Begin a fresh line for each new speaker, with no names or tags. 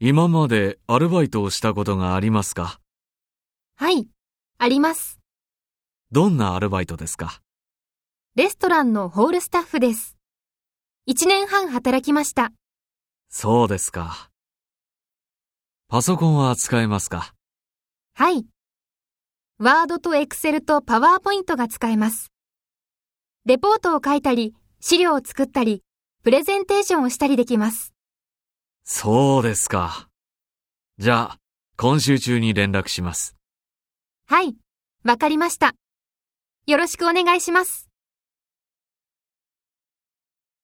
今までアルバイトをしたことがありますか
はい、あります。
どんなアルバイトですか
レストランのホールスタッフです。1年半働きました。
そうですか。パソコンは使えますか
はい。ワードとエクセルとパワーポイントが使えます。レポートを書いたり、資料を作ったり、プレゼンテーションをしたりできます。
そうですか。じゃあ、今週中に連絡します。
はい、わかりました。よろしくお願いします。